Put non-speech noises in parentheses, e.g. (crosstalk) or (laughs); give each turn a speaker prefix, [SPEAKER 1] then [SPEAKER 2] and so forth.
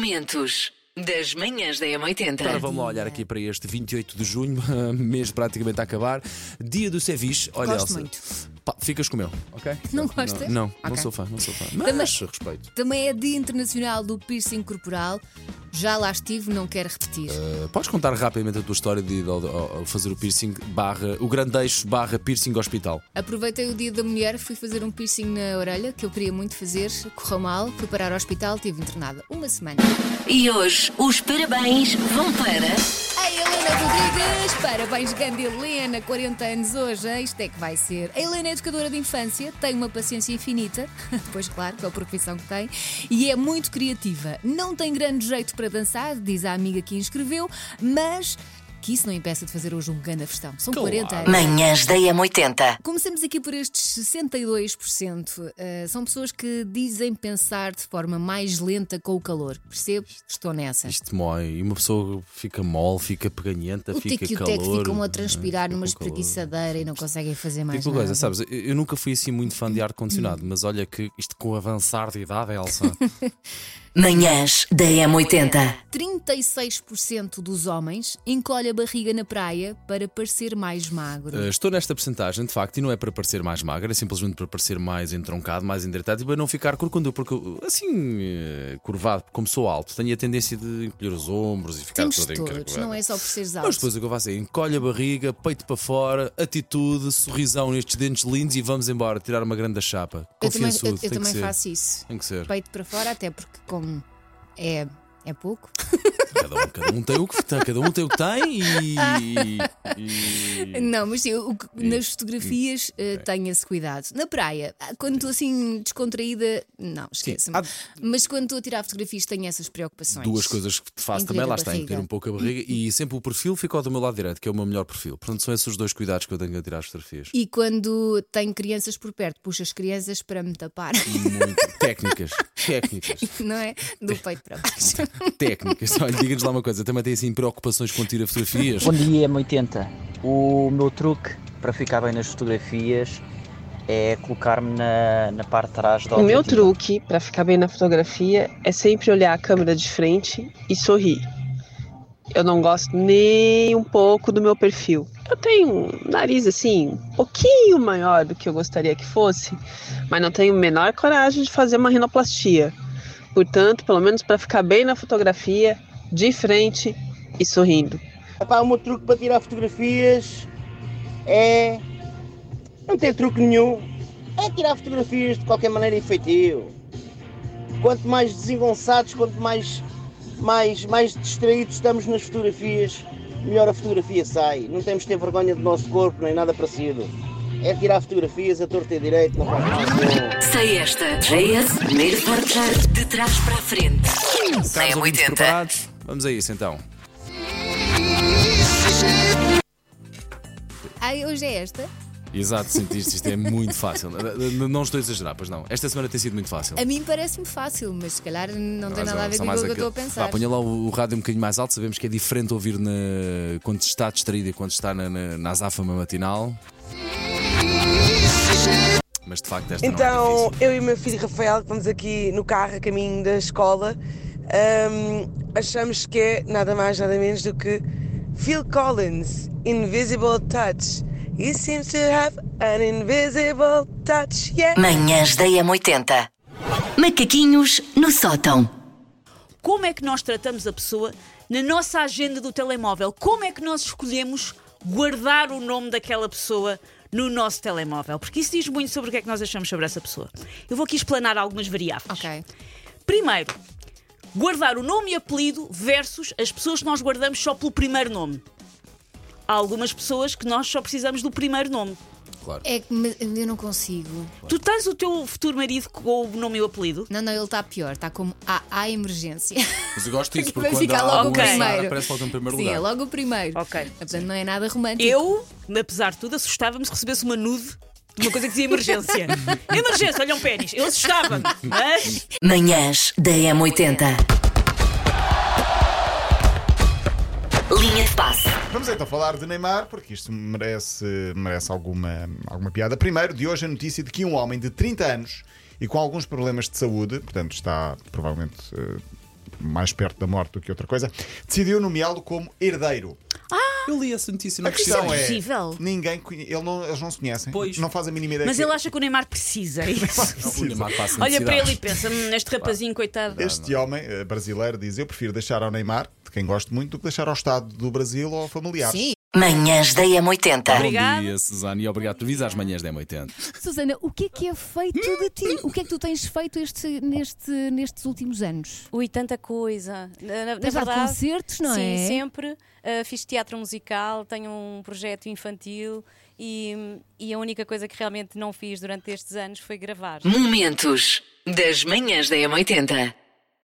[SPEAKER 1] Momentos das manhãs da
[SPEAKER 2] Agora
[SPEAKER 1] M80.
[SPEAKER 2] vamos lá olhar aqui para este 28 de junho, (laughs) ah, mês praticamente a acabar. Dia do ceviche. Olha,
[SPEAKER 3] Gosto
[SPEAKER 2] Elsa,
[SPEAKER 3] muito.
[SPEAKER 2] pá, ficas com ele, ok?
[SPEAKER 3] Não
[SPEAKER 2] Não,
[SPEAKER 3] gostas?
[SPEAKER 2] não, não
[SPEAKER 3] Ok. Então,
[SPEAKER 2] sou fã, não sou fã. Mas
[SPEAKER 3] Também-
[SPEAKER 2] respeito.
[SPEAKER 3] Também é Dia Internacional do Piercing Corporal. Já lá estive, não quero repetir.
[SPEAKER 2] Uh, podes contar rapidamente a tua história de ir ao, ao- ao fazer o piercing barra, o grande eixo barra piercing hospital.
[SPEAKER 3] Aproveitei o Dia da Mulher, fui fazer um piercing na orelha, que eu queria muito fazer, correu mal, fui parar ao hospital, tive internada uma semana.
[SPEAKER 1] E hoje os parabéns vão para.
[SPEAKER 3] A Helena Rodrigues, parabéns, grande Helena, 40 anos hoje, hein? isto é que vai ser. A Helena é educadora de infância, tem uma paciência infinita, (laughs) pois claro, com a profissão que tem, e é muito criativa. Não tem grande jeito para dançar, diz a amiga que a inscreveu, mas que isso não impeça de fazer hoje um grande festão. São
[SPEAKER 2] Claro.
[SPEAKER 3] 40 anos.
[SPEAKER 1] Manhãs da M80.
[SPEAKER 3] Começamos aqui por estes 62%. Eh, são pessoas que dizem pensar de forma mais lenta com o calor. Percebo? Estou nessa.
[SPEAKER 2] Isto mói, e uma pessoa fica mole, fica peganhenta,
[SPEAKER 3] O
[SPEAKER 2] fica
[SPEAKER 3] tico e o
[SPEAKER 2] calor. é? né,
[SPEAKER 3] teco ficam a
[SPEAKER 2] fica
[SPEAKER 3] transpirar
[SPEAKER 2] com
[SPEAKER 3] numa
[SPEAKER 2] calor.
[SPEAKER 3] espreguiçadeira e não conseguem fazer mais
[SPEAKER 2] Tipo
[SPEAKER 3] nada.
[SPEAKER 2] coisa, sabes? Eu, eu nunca fui assim muito fã de ar-condicionado, mas olha que isto com o avançar de idade,
[SPEAKER 3] (laughs)
[SPEAKER 2] Elsa.
[SPEAKER 1] Manhãs da M80.
[SPEAKER 3] 36% dos homens encolhe a barriga na praia para parecer mais magro.
[SPEAKER 2] Uh, Estou nesta percentagem, de facto, e não é para parecer mais magra, é simplesmente para parecer mais entroncado, mais endireitado e para não ficar corcunda, porque eu, assim, eh, curvado, como sou alto, tenho a tendência de encolher os ombros e ficar
[SPEAKER 3] Temos
[SPEAKER 2] todo
[SPEAKER 3] todos,
[SPEAKER 2] encaracolado.
[SPEAKER 3] não é só por seres alto.
[SPEAKER 2] Mas depois o que eu faço é encolhe a barriga, peito para fora, atitude, sorrisão nestes dentes lindos e vamos embora, tirar uma grande chapa.
[SPEAKER 3] eu também, eu- eu
[SPEAKER 2] Confiançudo, tem que
[SPEAKER 3] também
[SPEAKER 2] ser.
[SPEAKER 3] faço isso.
[SPEAKER 2] Tem que ser.
[SPEAKER 3] Peito para fora, até porque como é, é pouco.
[SPEAKER 2] Cada um, cada um tem o que tem, cada um tem o que tem e.
[SPEAKER 3] (laughs)
[SPEAKER 2] e-
[SPEAKER 3] Não, mas sim, o que- nas fotografias
[SPEAKER 2] É.
[SPEAKER 3] eh, tenha esse cuidado. Na praia, ah, quando estou assim descontraída, não, esqueça-me.
[SPEAKER 2] Há-
[SPEAKER 3] Mas quando estou a tirar fotografias, tenho essas preocupações.
[SPEAKER 2] Duas coisas que te faço
[SPEAKER 3] Encolher
[SPEAKER 2] também, lá
[SPEAKER 3] a
[SPEAKER 2] está,
[SPEAKER 3] barriga.
[SPEAKER 2] encolher um pouco a barriga e sempre o perfil ficou do meu lado direito, que é o meu melhor perfil. Portanto, são esses os dois cuidados que eu tenho que tirar as fotografias.
[SPEAKER 3] E quando tenho crianças por perto, puxo as crianças para me tapar, (laughs)
[SPEAKER 2] Muito. (laughs) técnicas, técnicas,
[SPEAKER 3] não é? Do peito para
[SPEAKER 2] (laughs)
[SPEAKER 3] baixo.
[SPEAKER 2] técnicas. Olha, diga-nos lá uma coisa, também tem assim preocupações com tirar fotografias.
[SPEAKER 4] Bom dia, M80. O meu truque para ficar bem nas fotografias é colocar-me na, na parte de trás da
[SPEAKER 5] O meu
[SPEAKER 4] objetiva.
[SPEAKER 5] truque para ficar bem na fotografia é sempre olhar a câmera de frente e sorrir. Eu não gosto nem um pouco do meu perfil. Eu tenho um nariz assim, um pouquinho maior do que eu gostaria que fosse, mas não tenho a menor coragem de fazer uma rinoplastia. Portanto, pelo menos para ficar bem na fotografia, de frente e sorrindo.
[SPEAKER 6] Epá, o meu truque para tirar fotografias é. Não tem truque nenhum. É tirar fotografias de qualquer maneira efetivo. Quanto mais desengonçados, quanto mais, mais, mais distraídos estamos nas fotografias, melhor a fotografia sai. Não temos de ter vergonha do nosso corpo nem nada parecido. É tirar fotografias a torta e direito, não faz mal nenhum.
[SPEAKER 1] Sei esta. JS, primeiro forjar de trás para a frente. Na é
[SPEAKER 2] Caros ouvintes
[SPEAKER 1] M80.
[SPEAKER 2] preparados? Vamos a isso então.
[SPEAKER 3] Ai, hoje é esta.
[SPEAKER 2] Exato, sentiste, isto é muito fácil. N- Não estou a exagerar, pois não. Esta semana tem sido muito fácil.
[SPEAKER 3] A mim parece-me fácil, mas se calhar não tem
[SPEAKER 2] Mas,
[SPEAKER 3] nada a ver
[SPEAKER 2] Ah, só
[SPEAKER 3] com
[SPEAKER 2] mais
[SPEAKER 3] aquilo que eu estou a
[SPEAKER 2] aquele-
[SPEAKER 3] pensar.
[SPEAKER 2] Vá, ponha lá o, o rádio um bocadinho mais alto, sabemos que é diferente ouvir na, quando se está distraído e quando se está na, na, na azáfama matinal. Mas de facto, esta não é
[SPEAKER 7] Então,
[SPEAKER 2] difícil.
[SPEAKER 7] eu e o meu filho Rafael, que estamos aqui no carro a caminho da escola, hum, achamos que é nada mais, nada menos do que Phil Collins, Invisible Touch. He seems to have an invisible touch, yeah.
[SPEAKER 1] Manhãs da M80. Macaquinhos no sótão.
[SPEAKER 8] como é que nós tratamos a pessoa na nossa agenda do telemóvel? Como é que nós escolhemos guardar o nome daquela pessoa no nosso telemóvel? Porque isso diz muito sobre o que é que nós achamos sobre essa pessoa. Eu vou aqui explanar algumas variáveis.
[SPEAKER 3] Ok.
[SPEAKER 8] Primeiro, guardar o nome e apelido versus as pessoas que nós guardamos só pelo primeiro nome. Há algumas pessoas que nós só precisamos do primeiro nome.
[SPEAKER 2] Claro.
[SPEAKER 3] É que me- eu não consigo.
[SPEAKER 8] Tu tens o teu futuro marido com o nome e o apelido?
[SPEAKER 3] Não, não, ele está pior, está como a, a emergência. (laughs)
[SPEAKER 2] Mas eu gosto disso, porque
[SPEAKER 3] Vai
[SPEAKER 2] quando
[SPEAKER 3] ficar
[SPEAKER 2] há
[SPEAKER 3] logo
[SPEAKER 2] algum
[SPEAKER 3] o
[SPEAKER 8] Ok.
[SPEAKER 2] azar,
[SPEAKER 3] primeiro.
[SPEAKER 2] aparece logo em primeiro
[SPEAKER 3] Sim,
[SPEAKER 2] lugar.
[SPEAKER 3] é logo o primeiro.
[SPEAKER 8] Ok.
[SPEAKER 3] Portanto, não é nada romântico.
[SPEAKER 8] Eu, apesar Tipo, de tudo, assustava-me se recebesse uma nude. Uma coisa que dizia (laughs) emergência. emergência, olha um pênis. Eu assustava-me. (laughs) Mas
[SPEAKER 1] Manhãs da M80. Linha de passe.
[SPEAKER 9] Vamos então falar de Neymar, porque isto merece, merece alguma, alguma piada. Primeiro, de hoje a notícia de que um homem de 30 anos e com alguns problemas de saúde, portanto está provavelmente eh, mais perto da morte do que outra coisa, decidiu nomeá-lo como herdeiro.
[SPEAKER 2] Eu li essa notícia, não
[SPEAKER 9] A
[SPEAKER 2] acredito.
[SPEAKER 9] questão é.
[SPEAKER 8] possível.
[SPEAKER 9] Ninguém conhe- ele não, eles não se conhecem.
[SPEAKER 2] Pois.
[SPEAKER 9] Não fazem a mínima ideia.
[SPEAKER 8] Mas
[SPEAKER 9] que-
[SPEAKER 8] ele acha que o Neymar precisa. é isso.
[SPEAKER 2] Não, o Neymar passa
[SPEAKER 8] Olha para ele e
[SPEAKER 2] necessidades.
[SPEAKER 8] pensa: "Hum, este rapazinho, coitado.
[SPEAKER 9] Este homem eh, brasileiro diz: Eu prefiro deixar ao Neymar, de quem gosto muito, do que deixar ao Estado do Brasil ou a familiares.
[SPEAKER 3] Sim.
[SPEAKER 1] Manhãs da M80.
[SPEAKER 8] Obrigada.
[SPEAKER 2] Bom dia, Susana, e obrigado por vis às manhãs da M80.
[SPEAKER 3] Susana, o que é que é feito de ti? O que é que tu tens feito este, neste, nestes últimos anos?
[SPEAKER 7] Ui, tanta coisa. Na, na- na
[SPEAKER 3] Tens dado
[SPEAKER 7] verdade,
[SPEAKER 3] concertos, não
[SPEAKER 7] sim,
[SPEAKER 3] é?
[SPEAKER 7] sempre. Ah, fiz teatro musical, tenho um projeto infantil e, e a única coisa que realmente não fiz durante estes anos foi gravar.
[SPEAKER 1] Momentos das manhãs da M80.